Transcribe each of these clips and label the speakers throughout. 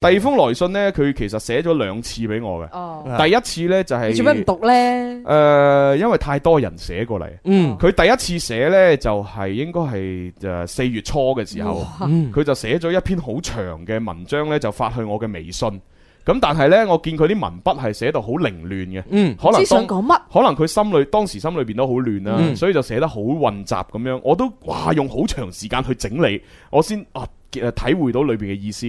Speaker 1: 第二封來信呢，佢其實寫咗兩次俾我嘅。
Speaker 2: 哦，
Speaker 3: 啊
Speaker 1: 第一次呢，就係、
Speaker 2: 你做咩唔讀咧？
Speaker 1: 誒、因為太多人寫過嚟。
Speaker 3: 嗯
Speaker 1: 佢第一次寫呢，就係、應該係誒四月初嘅時候，
Speaker 3: 嗯
Speaker 1: 佢就寫咗一篇好長嘅文章呢，就發去我嘅微信。咁但係呢，我見佢啲文筆係寫到好凌亂嘅，
Speaker 3: 嗯
Speaker 1: 可能
Speaker 2: 知想
Speaker 1: 當
Speaker 2: 講乜？
Speaker 1: 可能佢心裏當時心裏邊都好亂啦，
Speaker 3: 嗯
Speaker 1: 所以就寫得好混雜咁樣。我都哇用好長時間去整理，我先啊誒體會到裏邊嘅意思。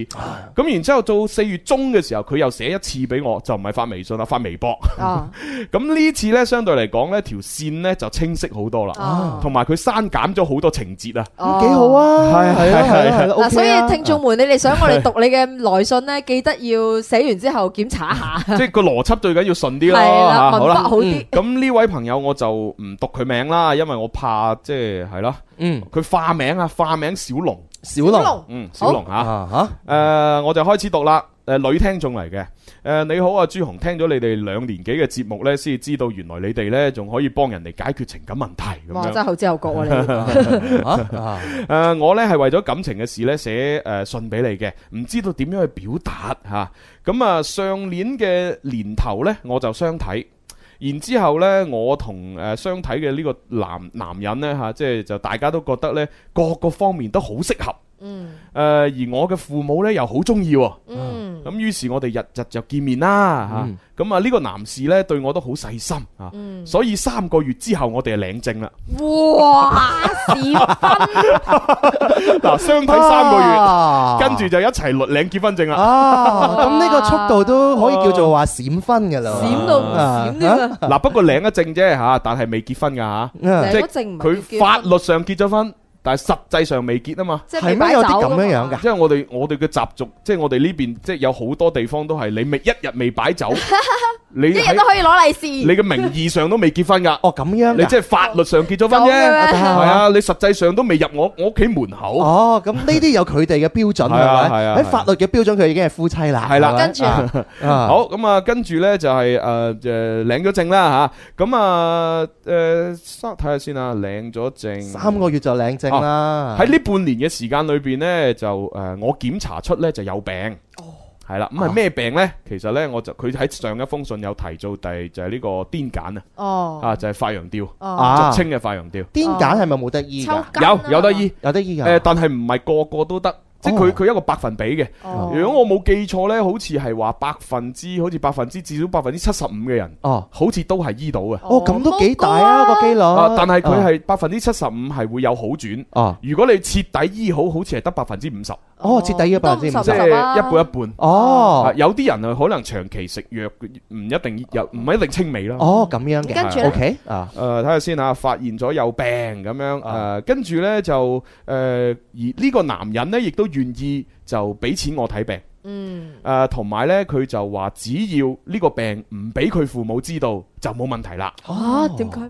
Speaker 1: 咁然之後到四月中嘅時候，佢又寫一次俾我，就唔係發微信啦，發微博。
Speaker 2: 啊
Speaker 1: 咁呢次呢，相對嚟講呢條線呢就清晰好多啦，
Speaker 2: 啊，
Speaker 1: 同埋佢刪減咗好多情節 啊。
Speaker 2: 哦
Speaker 3: 幾好！啊，
Speaker 1: 係
Speaker 3: 係啊
Speaker 1: 係
Speaker 3: 係
Speaker 1: 係
Speaker 3: 啊係啊
Speaker 2: 嗱，
Speaker 3: ，OK
Speaker 2: 所
Speaker 3: 啊
Speaker 2: 以聽眾們，你哋想我哋讀你嘅來信咧，記得要寫完之後檢查一下，
Speaker 1: 即係個邏輯最緊要順啲
Speaker 2: 係
Speaker 1: 咯，
Speaker 2: 啦，
Speaker 1: 嚇好
Speaker 2: 文筆
Speaker 1: 啦。
Speaker 2: 好啲。
Speaker 1: 咁呢位朋友我就唔讀佢名啦，因為我怕即係係咯，
Speaker 3: 嗯，
Speaker 1: 佢化名啊，化名小龍，
Speaker 3: 小龍
Speaker 2: 小
Speaker 1: 嗯，小龍嚇。
Speaker 3: 啊吓，
Speaker 1: 誒、呃我就開始讀啦。誒、女聽眾嚟嘅，誒、你好啊，朱紅，聽咗你哋兩年幾嘅節目呢，先至知道原來你哋呢仲可以幫人哋解決情感問題咁
Speaker 2: 哇，
Speaker 1: 樣。
Speaker 2: 真係後知後覺喎你。
Speaker 3: 啊啊
Speaker 2: 嗯
Speaker 1: 誒、呃我呢係為咗感情嘅事呢寫誒、信俾你嘅，唔知道點樣去表達嚇。咁啊，上年嘅年頭呢，我就相睇。然之後呢，我同誒相睇嘅呢個男男人呢，嚇、即係就大家都覺得呢各個方面都好適合。
Speaker 2: 嗯
Speaker 1: 誒、而我嘅父母呢，又好中意喎。
Speaker 2: ừ, 嗯
Speaker 1: 咁於是我哋日日就見面啦
Speaker 3: 嗯
Speaker 1: 嚇，咁啊呢個男士呢，對我都好細心啊，
Speaker 2: 嗯，
Speaker 1: 所以三個月之後我哋係領證 啦，
Speaker 2: 哇！屎啊
Speaker 1: 嗱相睇三個
Speaker 3: 啊
Speaker 1: 月，跟住就一齊律領結婚證啦。
Speaker 3: 啊，咁呢個速度都可以叫做話閃婚㗎啦，
Speaker 2: 閃到唔閃添啊！
Speaker 1: 嗱不過領一證啫嚇，但係未結婚㗎嚇，
Speaker 3: 啊
Speaker 2: 成
Speaker 1: 即係
Speaker 2: 個證唔係
Speaker 1: 佢
Speaker 2: 叫
Speaker 1: 法
Speaker 2: 結婚
Speaker 1: 律上結咗婚，但係實際上未結啊嘛。
Speaker 2: 即係未
Speaker 3: 係咩
Speaker 2: 擺
Speaker 3: 有啲
Speaker 2: 酒
Speaker 3: 咁
Speaker 2: 㗎
Speaker 3: 樣
Speaker 2: 嘛
Speaker 3: 樣㗎
Speaker 1: 即係我哋我哋嘅習俗，即係我哋呢邊即係有好多地方都係你未一日未擺 酒，你
Speaker 2: 一日都
Speaker 1: 喺
Speaker 2: 可以攞利是。
Speaker 1: 你嘅名義上都未結婚㗎，
Speaker 3: 哦咁樣㗎
Speaker 1: 你即係法律上結咗婚
Speaker 2: 咁
Speaker 1: 啫，
Speaker 2: 嘅咩
Speaker 1: 係啊，你實際上都未入我我屋企門口。
Speaker 3: 哦，咁呢啲有佢哋嘅標準係
Speaker 1: 係啊
Speaker 3: 咪？
Speaker 1: 係啊
Speaker 3: 喺法律嘅標準，佢已經係夫妻啦。
Speaker 1: 係啦
Speaker 3: 係咪
Speaker 2: 跟住啊
Speaker 3: 啊
Speaker 1: 好咁啊，跟住呢就係誒誒領咗證啦吓，咁啊誒三睇下先啊，領咗證
Speaker 3: 三個月就領證啦。
Speaker 1: 哦喺呢半年嘅時間裏邊呢，就誒、呃我檢查出呢就有病。
Speaker 3: 哦
Speaker 1: 係啦，咁
Speaker 3: 啊
Speaker 1: 係咩病呢？其實呢，我就佢喺上一封信有提到第就係呢個癲癇啊，
Speaker 2: 哦
Speaker 1: 啊就係發羊吊，
Speaker 2: 哦，
Speaker 3: 啊
Speaker 1: 俗稱嘅發羊吊，
Speaker 3: 癲癇係咪冇得醫
Speaker 2: 抽
Speaker 3: 㗎？
Speaker 2: 筋啊
Speaker 1: 有有得醫，
Speaker 3: 有得醫
Speaker 1: 誒
Speaker 3: 㗎。
Speaker 1: 但係唔係個個都得，即係佢
Speaker 3: 啊哦
Speaker 1: 佢一個百分比嘅。
Speaker 2: 哦
Speaker 1: 如果我冇記錯呢，好似係話百分之好似百分之至少百分之七十五嘅人，
Speaker 3: 哦
Speaker 1: 好似都係醫到嘅。
Speaker 3: 哦，咁都幾大啊個機率。
Speaker 1: 啊，但係
Speaker 3: Ờ.
Speaker 1: 佢係百分之七十五係會有好轉。
Speaker 3: 哦
Speaker 1: 如果你徹底醫好，好似係得百分之五十，
Speaker 3: 哦徹底嘅百分之五十
Speaker 1: 即係一半一半。啊
Speaker 3: 哦
Speaker 1: 有啲人啊，可能長期食藥，唔一定有，唔一定清微啦。
Speaker 3: 哦咁樣嘅。
Speaker 2: 跟住咧
Speaker 3: O K 啊
Speaker 1: 誒睇下先嚇，發現咗有病咁樣，
Speaker 3: 啊
Speaker 1: 誒跟住呢，就誒、而呢個男人呢，亦都願意就俾錢我睇病，
Speaker 2: 嗯
Speaker 1: 誒啊同埋呢，佢就話只要呢個病唔俾佢父母知道就冇問題啦，
Speaker 2: 啊點解？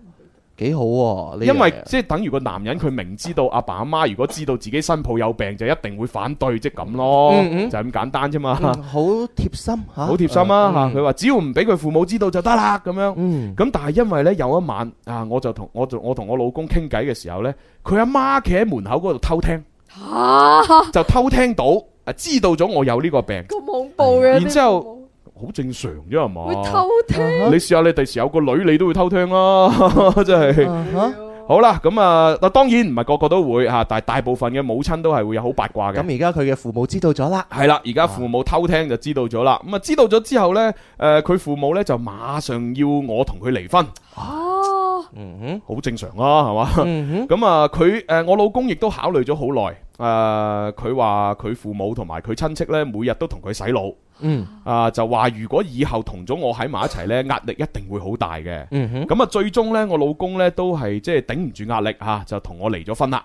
Speaker 3: 幾好喎？呢樣
Speaker 1: 因為即係等於個男人佢明知道啊阿爸阿媽如果知道自己新抱有病就一定會反對，即係咁咯，
Speaker 3: 嗯嗯
Speaker 1: 就係咁簡單啫嘛，
Speaker 3: 嗯好貼心嚇，
Speaker 1: 好貼心啊
Speaker 3: 嗯
Speaker 1: 嚇！佢話只要唔俾佢父母知道就得啦咁樣。
Speaker 3: 嗯
Speaker 1: 咁但係因為呢，有一晚啊，我就同我就我同我老公傾偈嘅時候呢，佢阿媽企喺門口嗰度偷聽，
Speaker 2: 啊
Speaker 1: 就偷聽到啊，知道咗我有呢個病，
Speaker 2: 咁恐怖嘅，
Speaker 1: 然之後好正常啫係
Speaker 2: 會
Speaker 1: 嘛？
Speaker 2: 偷聽
Speaker 3: 啊
Speaker 1: 你試下你第時有個女你都會偷聽啦， 真係。
Speaker 3: 啊
Speaker 2: Ờ.
Speaker 3: 哈
Speaker 1: 好啦，咁啊，嗱當然唔係個個都會嚇，但係大部分嘅母親都係會有好八卦嘅。
Speaker 3: 咁而啊家佢嘅父母知道咗啦，
Speaker 1: 係啦，而家父母偷聽就知道咗啦。咁啊，知道咗之後呢，誒、佢父母呢就馬上要我同佢離婚，
Speaker 2: 哦
Speaker 3: 嗯
Speaker 1: 好正常啦，係嘛？
Speaker 3: 哼，嗯
Speaker 1: 咁啊，佢誒、我老公亦都考慮咗好耐。誒、佢話佢父母同埋佢親戚呢，每日都同佢洗腦。
Speaker 3: 哼，嗯
Speaker 1: 啊、就話如果以後同咗我喺埋一齊呢，壓力一定會好大嘅。
Speaker 3: 嗯哼，
Speaker 1: 咁啊，最終呢，我老公呢都係即係頂唔住壓力嚇、就同我離咗婚啦。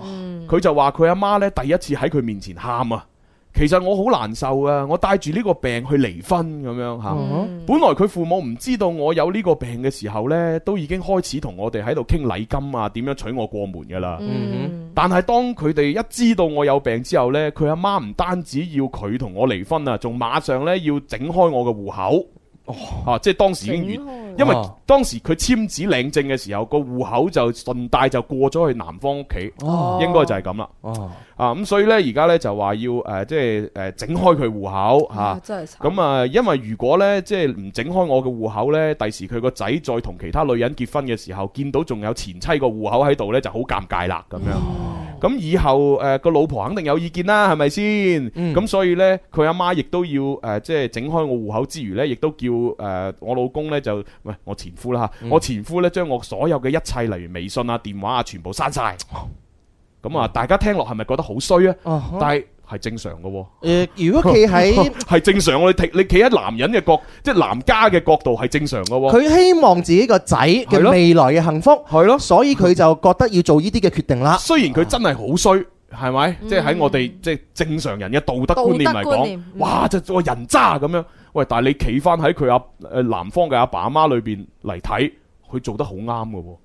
Speaker 2: 嗯
Speaker 1: 佢就話佢阿媽呢，第一次喺佢面前喊啊，其實我好難受啊，我帶住呢個病去離婚咁樣嚇。
Speaker 2: 嗯
Speaker 1: 本來佢父母唔知道我有呢個病嘅時候呢，都已經開始同我哋喺度傾禮金啊，點樣娶我過門噶啦。
Speaker 2: 嗯
Speaker 1: 但係當佢哋一知道我有病之後呢，佢阿媽唔單止要佢同我離婚啊，仲馬上呢要整開我嘅戶口。哦，啊，即係當時已經預
Speaker 2: 整開
Speaker 1: 因為
Speaker 3: 哦
Speaker 1: 當時佢簽紙領證嘅時候，個戶口就順帶就過咗去男方屋企，
Speaker 3: 哦
Speaker 1: 應該就係咁啦。
Speaker 3: 哦，
Speaker 1: 啊，咁所以呢，而家呢就話要誒、呃即係誒整開佢戶口嚇。
Speaker 2: 啊，真係慘。
Speaker 1: 咁啊，因為如果呢，即係唔整開我嘅戶口呢，第時佢個仔再同其他女人結婚嘅時候，見到仲有前妻個戶口喺度呢，就好尷尬啦咁樣。咁以後誒個老婆肯定有意見啦，係咪先？
Speaker 3: 嗯
Speaker 1: 咁所以呢，佢阿媽亦都要誒，即係整開我戶口之餘呢，亦都叫誒我老公呢，就喂我前夫啦
Speaker 3: 嗯
Speaker 1: 嚇，我前夫呢，將我所有嘅一切，例如微信啊、電話啊，全部刪 晒。咁啊，大家聽落係咪覺得好衰啊？
Speaker 3: 哦，
Speaker 1: 但係係正常嘅喎。
Speaker 3: 誒，如果 企喺
Speaker 1: 系正常，我哋睇你企喺男人嘅角，即系男家嘅角度係正常嘅喎。
Speaker 3: 佢希望自己個仔
Speaker 1: 係
Speaker 3: 嘅
Speaker 1: 咯
Speaker 3: 未來嘅幸福，
Speaker 1: 係咯，
Speaker 3: 所以佢就覺得要做呢啲嘅決定啦。
Speaker 1: 啊雖然佢真係好衰，係咪？即係喺我哋即係正常人嘅道德觀念嚟
Speaker 2: 道德觀念
Speaker 1: 講，哇！就做人渣咁樣。喂，但係你企翻喺佢阿诶男方嘅阿爸阿媽裏边嚟睇，佢做得好啱嘅喎，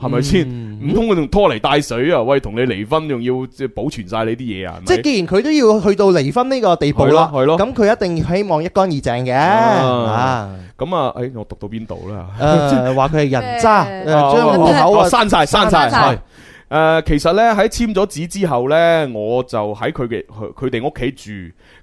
Speaker 1: 係咪先？唔通佢仲拖泥帶水啊？喂，同你離婚仲要即係保存晒你啲嘢啊？係
Speaker 3: 即係
Speaker 1: 咪？
Speaker 3: 既然佢都要去到離婚呢個地步啦，
Speaker 1: 係咯係咯
Speaker 3: 咁佢一定希望一乾二淨嘅
Speaker 1: 啊
Speaker 3: 啊。
Speaker 1: 咁啊，诶，我讀到邊度啦？
Speaker 3: 誒，話佢係人渣，誒
Speaker 2: 咩
Speaker 3: 將
Speaker 1: 哦
Speaker 3: 戶口
Speaker 1: 哦
Speaker 3: 啊
Speaker 1: 刪晒刪晒
Speaker 2: 刪晒
Speaker 1: 係。誒，其實呢，喺簽咗紙之後呢，我就喺佢嘅佢佢哋屋企住。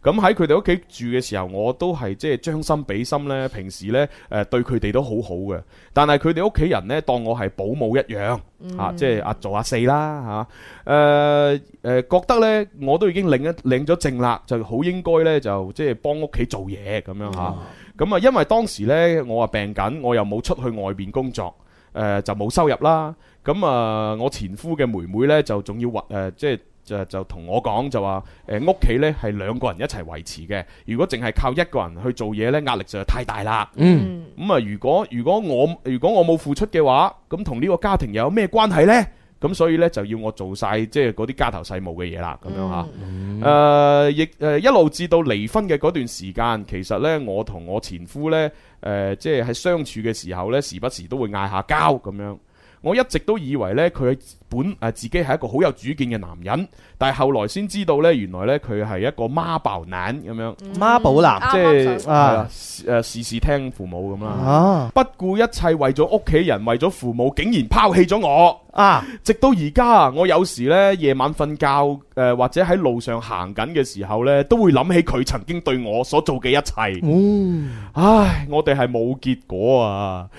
Speaker 1: 咁喺佢哋屋企住嘅時候，我都係即係將心比心呢。平時呢，誒、對佢哋都好好嘅，但係佢哋屋企人呢，當我係保姆一樣、啊，即係阿做阿四啦嚇。誒、誒、覺得呢，我都已經領一領咗證啦，就好應該呢，就即係幫屋企做嘢咁樣嚇。咁啊，因為當時呢，我啊病緊，我又冇出去外邊工作，誒、呃就冇收入啦。咁啊，我前夫嘅妹妹呢，就仲要話誒、即係就就同我講就話誒屋企呢係兩個人一齊維持嘅，如果淨係靠一個人去做嘢呢，壓力實在太大啦。
Speaker 3: 嗯，
Speaker 2: 嗯，
Speaker 1: 咁啊，如果如果我如果我冇付出嘅話，咁同呢個家庭又有咩關係呢？咁所以呢，就要我做晒即係嗰啲家頭細務嘅嘢啦，咁樣嚇。
Speaker 2: 嗯
Speaker 1: 誒、呃亦誒、一路至到離婚嘅嗰段時間，其實呢，我同我前夫呢，誒、呃即係喺相處嘅時候呢，時不時都會嗌下交咁樣。我一直都以為呢，佢本誒、自己係一個好有主見嘅男人，但係後來先知道呢，原來呢，佢係一個媽爆男咁樣，
Speaker 3: 媽寶男
Speaker 2: 啱
Speaker 1: 即
Speaker 2: 啱
Speaker 1: 係
Speaker 2: 上
Speaker 1: 係啦
Speaker 3: 啊
Speaker 1: 誒、事事聽父母咁啦。
Speaker 3: 啊
Speaker 1: 不顧一切為咗屋企人、為咗父母，竟然拋棄咗我。
Speaker 3: 啊，
Speaker 1: 直到而家，啊我有時呢，夜晚瞓覺，誒、或者喺路上行緊嘅時候呢，都會諗起佢曾經對我所做嘅一切。
Speaker 3: 嗯，
Speaker 1: 唉，我哋係冇結果啊！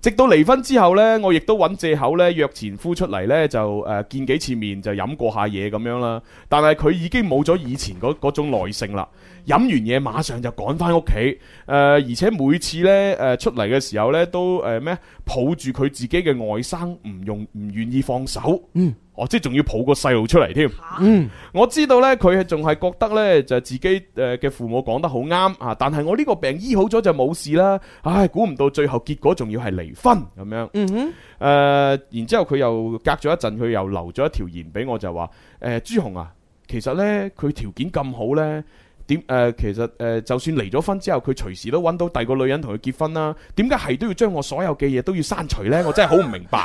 Speaker 1: 直到離婚之後呢，我亦都揾借口呢，約前夫出嚟呢，就誒、見幾次面，就飲過下嘢咁樣啦。但係佢已經冇咗以前嗰嗰種耐性啦。飲完嘢馬上就趕翻屋企，誒、而且每次呢，誒、出嚟嘅時候呢，都誒咩、抱住佢自己嘅外甥，唔用唔願意放手。
Speaker 3: 嗯，
Speaker 1: 哦，即係仲要抱個細路出嚟添。
Speaker 3: 嗯，
Speaker 1: 我知道呢，佢仲係覺得呢，就自己誒嘅父母講得好啱啊，但係我呢個病醫好咗就冇事啦。唉，估唔到最後結果仲要係離婚咁樣。
Speaker 3: 嗯哼，
Speaker 1: 誒、然之後佢又隔咗一陣，佢又留咗一條言俾我，就話：誒、朱紅啊，其實呢，佢條件咁好呢，點誒、呃其實誒、就算離咗婚之後，佢隨時都揾到第二個女人同佢結婚啦，點解係都要將我所有嘅嘢都要刪除呢？我真係好唔明 白。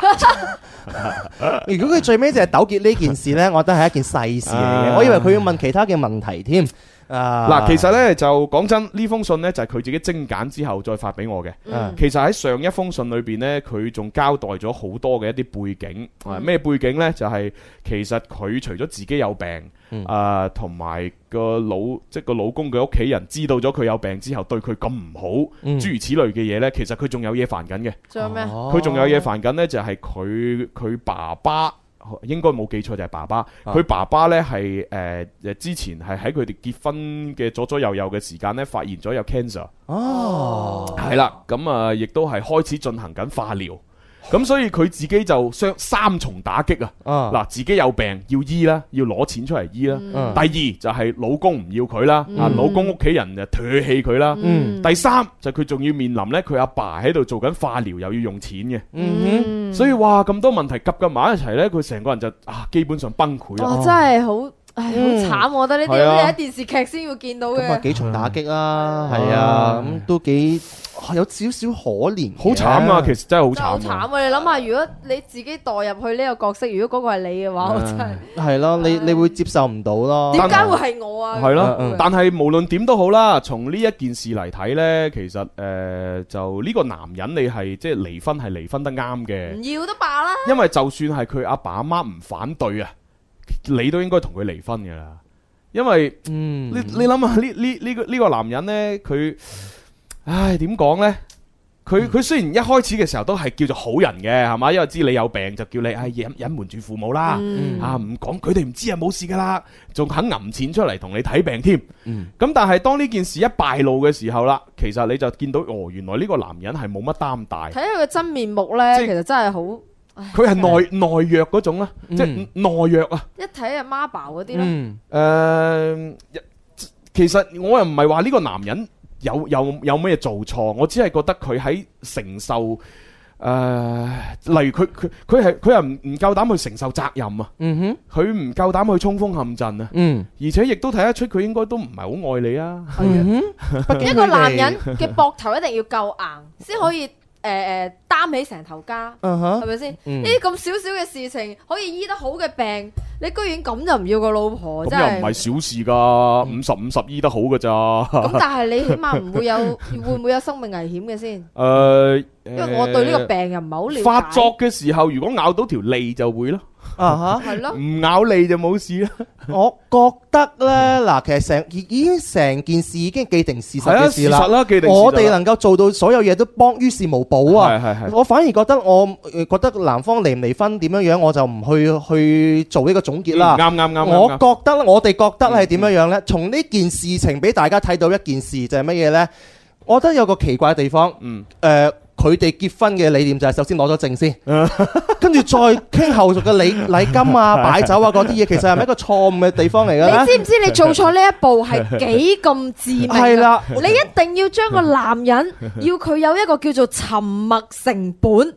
Speaker 3: 如果佢最尾就係糾結呢件事呢，我覺得係一件細事嚟
Speaker 1: 啊
Speaker 3: 嘅。我以為佢要問其他嘅問題添。啊，
Speaker 1: 嗱，其實呢，就講真，呢封信呢，就係佢自己精簡之後再發俾我嘅。
Speaker 3: 嗯
Speaker 1: 其實喺上一封信裏邊呢，佢仲交代咗好多嘅一啲背景。
Speaker 3: 嗯
Speaker 1: 啊咩、背景呢？就係、其實佢除咗自己有病，
Speaker 3: 嗯
Speaker 1: 啊同埋個老即係個老公嘅屋企人知道咗佢有病之後，對佢咁唔好，
Speaker 3: 嗯哦
Speaker 1: 諸如此類嘅嘢呢，其實佢仲有嘢煩緊嘅。
Speaker 2: 仲有咩？啊
Speaker 1: 佢仲有嘢煩緊呢，就係佢佢爸爸。應該冇記錯就係爸爸，
Speaker 3: 啊
Speaker 1: 佢爸爸呢係誒誒之前係喺佢哋結婚嘅左左右右嘅時間呢，發現咗有 cancer，
Speaker 3: 哦，
Speaker 1: 係啦，咁啊，亦都係開始進行緊化療。咁所以佢自己就雙三重打擊啊！
Speaker 3: 啊
Speaker 1: 嗱，自己有病要醫啦，要攞錢出嚟醫啦。
Speaker 3: 嗯
Speaker 1: 第二就係老公唔要佢啦，啊
Speaker 2: 嗯
Speaker 1: 老公屋企人就唾棄佢啦。
Speaker 3: 嗯
Speaker 1: 第三就佢仲要面臨呢，佢阿爸喺度做緊化療，又要用錢嘅。
Speaker 3: 嗯
Speaker 1: 所以哇，咁多問題夾夾埋一齊呢，佢成個人就啊，基本上崩潰啦。
Speaker 2: 哇，真係好，唉，
Speaker 3: 嗯
Speaker 2: 好慘！我覺得呢啲
Speaker 1: 係啊
Speaker 2: 都係喺電視劇先會見到
Speaker 3: 哼，咁啊
Speaker 2: 嘅。
Speaker 1: 嗯
Speaker 3: 幾重打擊啦，係啊，咁都幾有少少可憐嘅，
Speaker 1: 好慘啊！其實真係
Speaker 2: 真係
Speaker 1: 好
Speaker 2: 好
Speaker 1: 慘
Speaker 2: 慘
Speaker 1: 啊！
Speaker 2: 啊！你諗下，如果你自己代入去呢個角色，如果嗰個係你嘅話，
Speaker 1: 嗯
Speaker 2: 我真係
Speaker 3: 係咯，你你會接受唔到咯。
Speaker 2: 點解會係我啊？
Speaker 1: 係咯
Speaker 3: 嗯嗯，
Speaker 1: 但係無論點都好啦，從呢一件事嚟睇呢，其實誒、呃就呢個男人你係即係離婚係離婚得啱嘅，
Speaker 2: 唔要都罷啦。
Speaker 1: 因為就算係佢阿爸阿媽唔反對啊，你都應該同佢離婚㗎啦，因為。
Speaker 3: 嗯，
Speaker 1: 你你諗下呢呢呢個呢個男人呢，佢唉點講呢？
Speaker 3: 嗯
Speaker 1: 佢佢雖然一開始嘅時候都係叫做好人嘅，係嘛？因為知你有病就叫你唉隱隱瞞住父母啦，
Speaker 2: 嗯
Speaker 1: 啊唔講佢哋唔知啊冇事噶啦，仲肯揞錢出嚟同你睇病添。咁、
Speaker 3: 嗯
Speaker 1: 但係當呢件事一敗露嘅時候啦，其實你就見到哦，原來呢個男人係冇乜擔大
Speaker 2: 睇，下佢真面目咧，
Speaker 1: 即係
Speaker 2: 其實真係好
Speaker 1: 佢係內內弱嗰種啦，即係
Speaker 3: 嗯
Speaker 1: 內弱啊。
Speaker 2: 一睇係媽寶嗰啲咯。
Speaker 3: 嗯
Speaker 1: 誒、其實我又唔係話呢個男人有有有咩做錯，我只係覺得佢喺承受誒、例如佢佢佢係佢係唔唔夠膽去承受責任啊，
Speaker 3: 嗯哼
Speaker 1: 佢唔夠膽去衝鋒陷陣啊，
Speaker 3: 嗯
Speaker 1: 而且亦都睇得出佢應該都唔係好愛你啊。
Speaker 3: 嗯哼，畢竟
Speaker 2: 一個
Speaker 3: 佢哋
Speaker 2: 男人，嘅膊頭一定要夠硬，先可以誒誒擔起成頭家，
Speaker 3: 嗯
Speaker 2: 係
Speaker 1: 啊
Speaker 3: 哼，
Speaker 2: 咪先？呢
Speaker 3: 嗯
Speaker 2: 啲咁少少嘅事情可以醫得好嘅病，你居然咁就唔要個老婆，真
Speaker 1: 咁又唔係
Speaker 2: 係。
Speaker 1: 小事噶，五十五十醫得好噶咋？
Speaker 2: 咁但係你起碼唔會有 會唔會有生命危險嘅先？
Speaker 1: 誒，
Speaker 2: 因為我對呢個病又唔係好了解。
Speaker 1: 呃發作嘅時候，如果咬到條脷就會咯，
Speaker 3: 啊
Speaker 2: 係咯，
Speaker 1: 唔咬脷就冇事啦。
Speaker 3: 哈，我覺得咧嗱，其實成已已經成件事已經既定事實
Speaker 1: 係啊，
Speaker 3: 嘅
Speaker 1: 事
Speaker 3: 事
Speaker 1: 實
Speaker 3: 啦。
Speaker 1: 啦，既定
Speaker 3: 我
Speaker 1: 事實
Speaker 3: 哋
Speaker 1: 啦
Speaker 3: 能夠做到所有嘢都幫於事無補啊！
Speaker 1: 係係係。
Speaker 3: 我反而覺得我呃覺得男方離唔離婚點樣樣，我就唔去去做一個總結啦。
Speaker 1: 嗯啱啱啱嗯
Speaker 3: 我
Speaker 1: 啱啱。
Speaker 3: 覺得我哋覺得係點樣樣呢？從呢件事情俾大家睇到一件事就係乜嘢呢？我覺得有個奇怪嘅地方，誒、
Speaker 1: 嗯
Speaker 3: 呃佢哋結婚嘅理念就係首先攞咗 證先，跟住再傾後續嘅禮禮金 啊、擺酒啊嗰啲嘢，其實係咪一個錯誤嘅地方嚟嘅呢
Speaker 2: 你？知唔知你做錯呢一步係幾咁致命啊？
Speaker 3: 係啦，
Speaker 2: 你一定要將個男人 要佢有一個叫做沉默成本，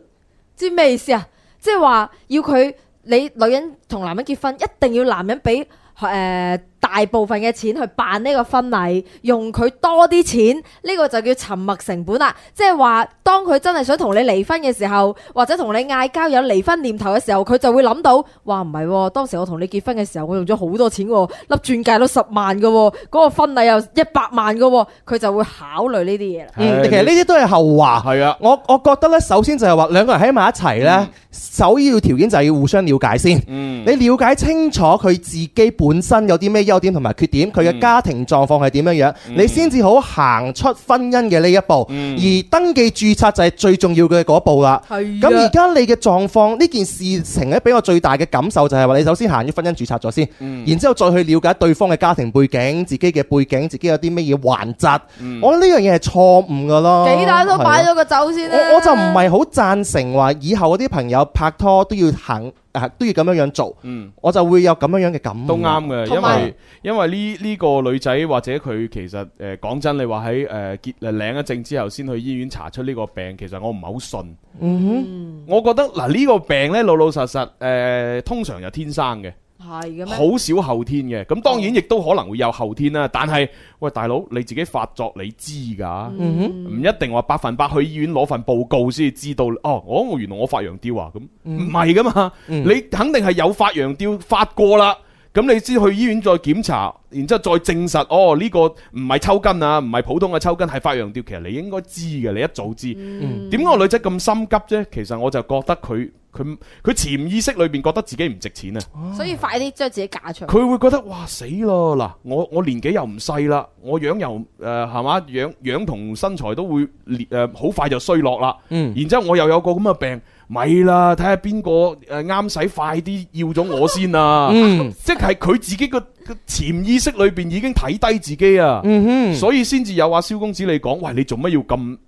Speaker 2: 知咩意思啊？即係話要佢你女人同男人結婚，一定要男人俾誒、呃大部分嘅錢去辦呢個婚禮，用佢多啲錢，呢、個就叫沉默成本啦。即係話，當佢真係想同你離婚嘅時候，或者同你嗌交有離婚念頭嘅時候，佢就會諗到，哇唔係、喎，當時我同你結婚嘅時候，我用咗好多錢、喎，粒鑽戒都十萬嘅、喎，嗰、個婚禮又一百萬嘅、喎，佢就會考慮呢啲嘢啦。
Speaker 1: 啊
Speaker 3: 嗯其實呢啲都係後話。
Speaker 1: 係啊，
Speaker 3: 我我覺得咧，首先就係話兩個人喺埋一齊呢，首要條件就係要互相了解先。
Speaker 1: 嗯，
Speaker 3: 你了解清楚佢自己本身有啲咩優點同埋缺點，佢
Speaker 1: 嗯
Speaker 3: 嘅家庭狀況係點樣樣，你先至好行出婚姻嘅呢一步。
Speaker 1: 嗯
Speaker 3: 而登記註冊就係最重要嘅嗰一步啦。
Speaker 2: 係
Speaker 3: 咁而家你嘅狀況呢件事情咧，俾我最大嘅感受就係話，你首先行咗婚姻註冊咗先，
Speaker 1: 嗯
Speaker 3: 然之後再去了解對方嘅家庭背景、自己嘅背景、自己有啲乜嘢患疾。
Speaker 1: 嗯
Speaker 3: 我覺得呢樣嘢係錯誤噶咯。
Speaker 2: 幾大都
Speaker 3: 係
Speaker 2: 擺
Speaker 3: 咯
Speaker 2: 咗個酒先啦。
Speaker 3: 我我就唔係好贊成話以後嗰啲朋友拍拖都要行啊都要咁樣樣做，
Speaker 1: 嗯
Speaker 3: 我就會有咁樣樣嘅感悟
Speaker 1: 都啱嘅，因
Speaker 2: 嗯同埋
Speaker 1: 為因為呢呢個女仔或者佢其實誒講真，你話喺誒結誒領咗證之後先去醫院查出呢個病，其實我唔係好信。
Speaker 2: 嗯，
Speaker 1: 我覺得嗱呢個病呢，老老實實誒通常就天生嘅，
Speaker 2: 係嘅咩？哦
Speaker 1: 好少後天嘅。咁當然亦都可能會有後天啦，但係喂大佬你自己發作你知㗎。
Speaker 3: 嗯
Speaker 1: 唔一定話百分百去醫院攞份報告先知道哦，我我原來我發羊吊啊，咁唔係噶嘛，
Speaker 3: 嗯
Speaker 1: 你肯定係有發羊吊發過啦，咁你先去醫院再檢查，然之後再證實哦呢、個唔係抽筋啊，唔係普通嘅抽筋，係發羊吊，其實你應該知嘅，你一早知。
Speaker 2: 嗯
Speaker 1: 點解個女仔咁心急啫？其實我就覺得佢佢佢潛意識裏邊覺得自己唔值錢啊。
Speaker 2: 所以快啲將自己嫁 出去。
Speaker 1: 佢會覺得哇死咯嗱，我我年紀又唔細啦，我樣又誒係嘛樣樣同身材都會誒好、快就衰落啦。
Speaker 3: 嗯
Speaker 1: 然之後我又有個咁嘅病，咪啦，睇下邊個誒啱使，快啲要咗我先啊！
Speaker 3: 嗯
Speaker 1: 即係佢自己個個潛意識裏邊已經睇低自己啊，
Speaker 3: 嗯哼，
Speaker 1: 所以先至有阿蕭公子你講，喂你做乜要咁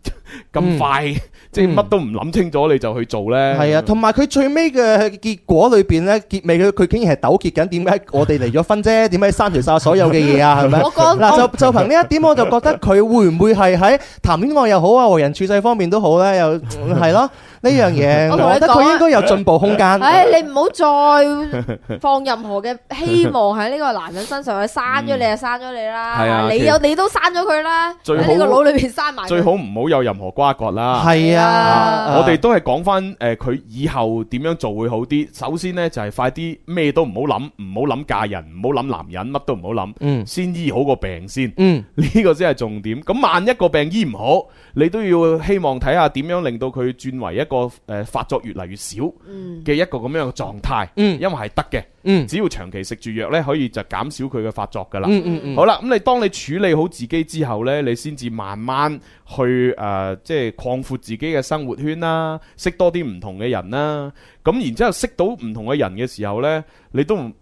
Speaker 1: 咁
Speaker 3: 嗯
Speaker 1: 快，即係乜都唔諗清楚你就去做呢？
Speaker 3: 係啊，同埋佢最尾嘅結果裏邊咧，結尾佢佢竟然係糾結緊點解我哋離咗婚啫，點解刪除晒所有嘅嘢啊，係咪？
Speaker 2: 我講
Speaker 3: 嗱，就就憑呢一點，我就覺得佢會唔會係喺談戀愛又好啊，為人處世方面都好咧， 又係咯呢樣嘢，
Speaker 2: 我同你
Speaker 3: 我覺得
Speaker 2: 講啊哎
Speaker 3: 佢應該有進步空間。
Speaker 2: 唉，你唔好再放任何嘅希望喺呢個男人身上，佢刪咗你就刪咗你
Speaker 1: 係啊
Speaker 2: 啦，你有你都刪咗佢啦，
Speaker 1: 最
Speaker 2: 喺
Speaker 1: 好
Speaker 2: 呢個腦裏邊刪埋佢。
Speaker 1: 最好唔好有任何瓜葛啦。
Speaker 3: 係啊，
Speaker 1: 我哋都係講翻誒佢以後點樣做會好啲。首先呢，就係、快啲咩都唔好諗，唔好諗嫁人，唔好諗男人，乜都唔好諗，
Speaker 3: 嗯
Speaker 1: 先醫好個病先。
Speaker 3: 嗯
Speaker 1: 呢個先係重點。咁萬一個病醫唔好，你都要希望睇下點樣令到佢轉為一個誒、呃、發作越嚟越少
Speaker 2: 嗯
Speaker 1: 嘅一個咁樣嘅狀態。
Speaker 3: 嗯
Speaker 1: 因為係得嘅，
Speaker 3: 嗯
Speaker 1: 只要長期食住藥呢，可以就減少佢嘅發作㗎啦。
Speaker 3: 嗯嗯嗯，
Speaker 1: 好啦，咁你當你處理好自己之後呢，你先至慢慢去誒、呃即係擴闊自己嘅生活圈啦，識多啲唔同嘅人啦。咁然之後識到唔同嘅人嘅時候呢，你都唔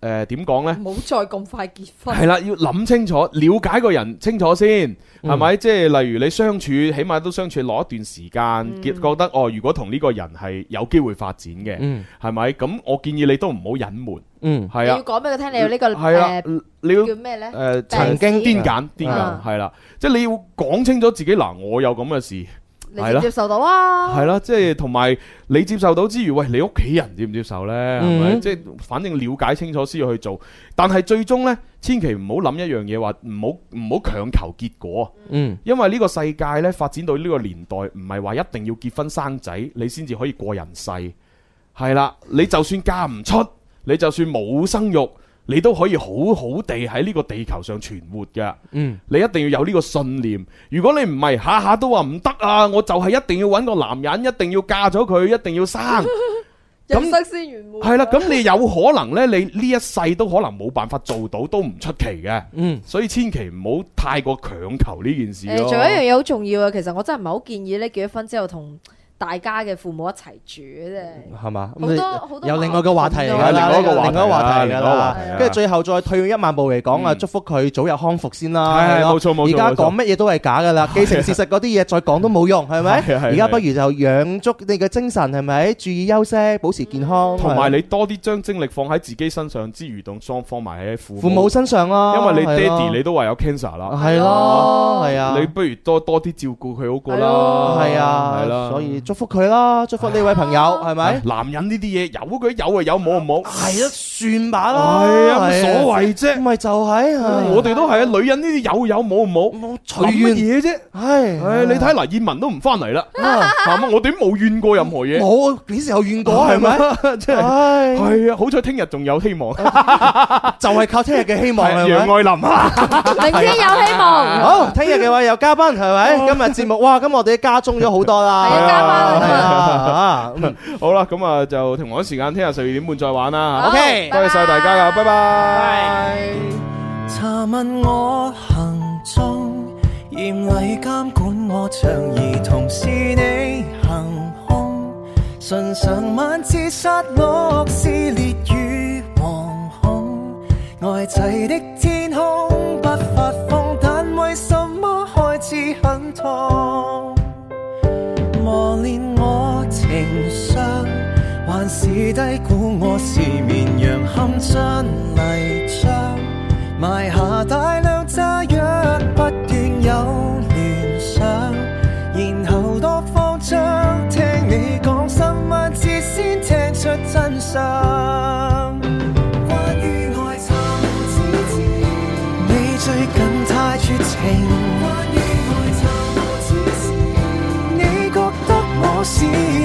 Speaker 1: 誒點講呢？
Speaker 2: 唔好再咁快結
Speaker 1: 係
Speaker 2: 婚。
Speaker 1: 啦，要諗清楚，了解個人清楚先，
Speaker 3: 嗯
Speaker 1: 係咪？即係例如你相處，起碼都相處攞一段時
Speaker 3: 嗯
Speaker 1: 間，結覺得哦，如果同呢個人係有機會發展嘅，
Speaker 3: 嗯
Speaker 1: 係咪？咁我建議你都唔好隱瞞，
Speaker 3: 嗯
Speaker 2: 你
Speaker 1: 係
Speaker 2: 要
Speaker 1: 啊，
Speaker 2: 講俾佢聽，你有呢個
Speaker 1: 係啊
Speaker 2: 誒，
Speaker 1: 你要呃
Speaker 2: 叫咩咧？
Speaker 1: 誒
Speaker 3: 曾經
Speaker 1: 癲簡癲
Speaker 2: 啊
Speaker 1: 簡係啦，即係你要講清楚自己嗱，我有咁嘅事
Speaker 2: 你
Speaker 1: 係
Speaker 2: 接
Speaker 1: 咯
Speaker 2: 唔接受到啊？
Speaker 1: 係啦，即係同埋你接受到之餘，喂你屋企人接唔接受呢？係咪？
Speaker 3: 嗯
Speaker 1: 即係反正了解清楚先要去做，但係最終呢，千祈唔好諗一樣嘢話唔好唔好強求結果，
Speaker 3: 嗯
Speaker 1: 因為呢個世界呢，發展到呢個年代，唔係話一定要結婚生仔你先至可以過人世，係啦，你就算嫁唔出，你就算冇生育，你都可以好好地喺呢個地球上存活嘅。
Speaker 3: 嗯
Speaker 1: 你一定要有呢個信念。如果你唔係下下都話唔得啊，我就係一定要揾個男人，一定要嫁咗佢，一定要生，咁
Speaker 2: 人生先圓滿。
Speaker 1: 係啦。咁你有可能呢，你呢一世都可能冇辦法做到，都唔出奇嘅。
Speaker 3: 嗯
Speaker 1: 所以千祈唔好太過強求呢件事
Speaker 2: 誒，
Speaker 1: 咯。
Speaker 2: 仲有一樣嘢好重要啊！其實我真係唔係好建議咧，結咗婚之後同大家嘅父母一齊住嘅啫。
Speaker 3: 係嘛？
Speaker 2: 好多好多
Speaker 3: 有另外個話題嚟
Speaker 1: 係
Speaker 3: 㗎
Speaker 1: 另
Speaker 3: 啦，
Speaker 1: 外一個話
Speaker 3: 另
Speaker 1: 題
Speaker 3: 外一個話
Speaker 1: 啦，
Speaker 3: 題
Speaker 1: 另外
Speaker 3: 㗎
Speaker 1: 一個
Speaker 3: 啦
Speaker 1: 話。題啦。
Speaker 3: 跟住最後再退一萬步嚟講啊，
Speaker 1: 嗯
Speaker 3: 祝福佢早日康復先啦。
Speaker 1: 係係
Speaker 3: 咯
Speaker 1: 冇錯冇錯
Speaker 3: 而家
Speaker 1: 冇錯
Speaker 3: 講乜嘢都係假㗎啦，既成事實嗰啲嘢再講都冇用，係咪？
Speaker 1: 係係係
Speaker 3: 而家不如就養足你嘅精神，係咪？注意休息，保持健康，
Speaker 1: 同埋你多啲將精力放喺自己身上之餘，仲放放埋喺父
Speaker 3: 父母身上啦。
Speaker 1: 因為你爹
Speaker 3: 係咯
Speaker 1: 哋你都話有 cancer 啦，
Speaker 3: 係咯，係啊，
Speaker 1: 你不如多多啲照顧佢好過啦。
Speaker 2: 係
Speaker 3: 係啊，
Speaker 1: 係啦
Speaker 3: 所以祝福佢啦，祝福呢位朋友，係咪？
Speaker 1: 男人呢啲嘢有佢有啊有冇啊冇。
Speaker 3: 係啊，算吧啦，
Speaker 1: 係啊，冇所謂啫。
Speaker 3: 咪就係
Speaker 1: 我哋都係啊，女人呢啲有有冇冇，
Speaker 3: 我
Speaker 1: 諗
Speaker 3: 隨
Speaker 1: 乜
Speaker 3: 緣，
Speaker 1: 嘢啫？
Speaker 3: 係，
Speaker 1: 唉，你睇嗱，燕文都唔翻嚟啦，
Speaker 3: 啊，
Speaker 1: 係咪？我哋都冇怨過任何嘢，
Speaker 3: 我幾時有怨過係咪？
Speaker 1: 咪？即係
Speaker 3: 唉，
Speaker 1: 係啊，好彩聽日仲有希望，
Speaker 3: 就係靠聽日嘅希 望
Speaker 1: 係
Speaker 3: 係
Speaker 1: 楊
Speaker 3: 咪？
Speaker 1: 愛琳啊，
Speaker 2: 明天有希望。
Speaker 3: 好，聽日嘅話有嘉賓係咪？今日節目哇，咁我哋加中咗好多啦，
Speaker 2: 哦係啊加班啦
Speaker 3: 啊係啊
Speaker 1: 好啦，咁啊就同一時間聽日十二點半再玩啦嚇，
Speaker 2: 好
Speaker 3: ，OK
Speaker 1: 多謝晒大家啊，拜拜。
Speaker 4: 查問我行蹤，嚴厲監管我像兒童，是你行兇。唇上晚自殺落是烈與惶恐，呆滯的天空不發瘋，但為什麼開始很痛？磨練我情商，還是低估我是綿羊，堪將泥漿埋下大量炸藥，不斷有聯想，然後多慌張，聽你講十萬字先聽出真相。關於愛情，你最近太絕情。關於愛情，你覺得我是你？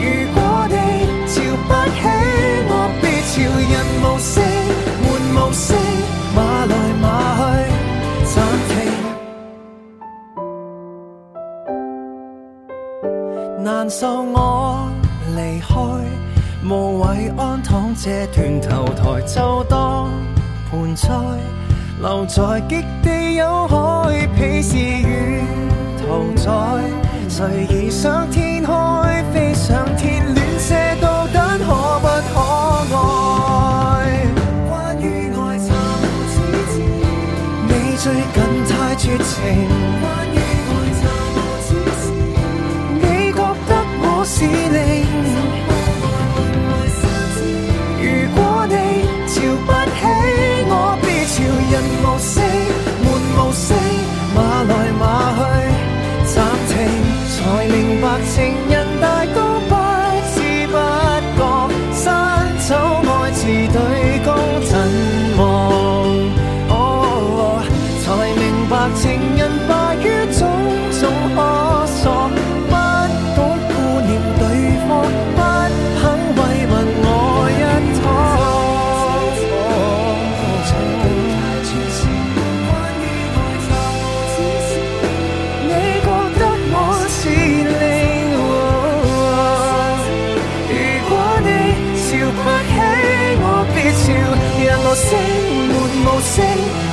Speaker 4: 如果你瞧不起我，別朝人無聲，門無聲，馬來馬去，暫停。難受我離開，無謂安躺這段頭台，就當盆栽，留在極地有海，鄙視與屠宰。誰已上天開，飛上天，亂射導彈可不可愛？關於愛情，你最近太絕情。關於愛情，你覺得我是你？如果你瞧不起我，別朝人無聲，門無聲，馬來馬去，暫停，才明白情人大都不知不覺，山草愛自對公陣亡。哦，才明白情人。星。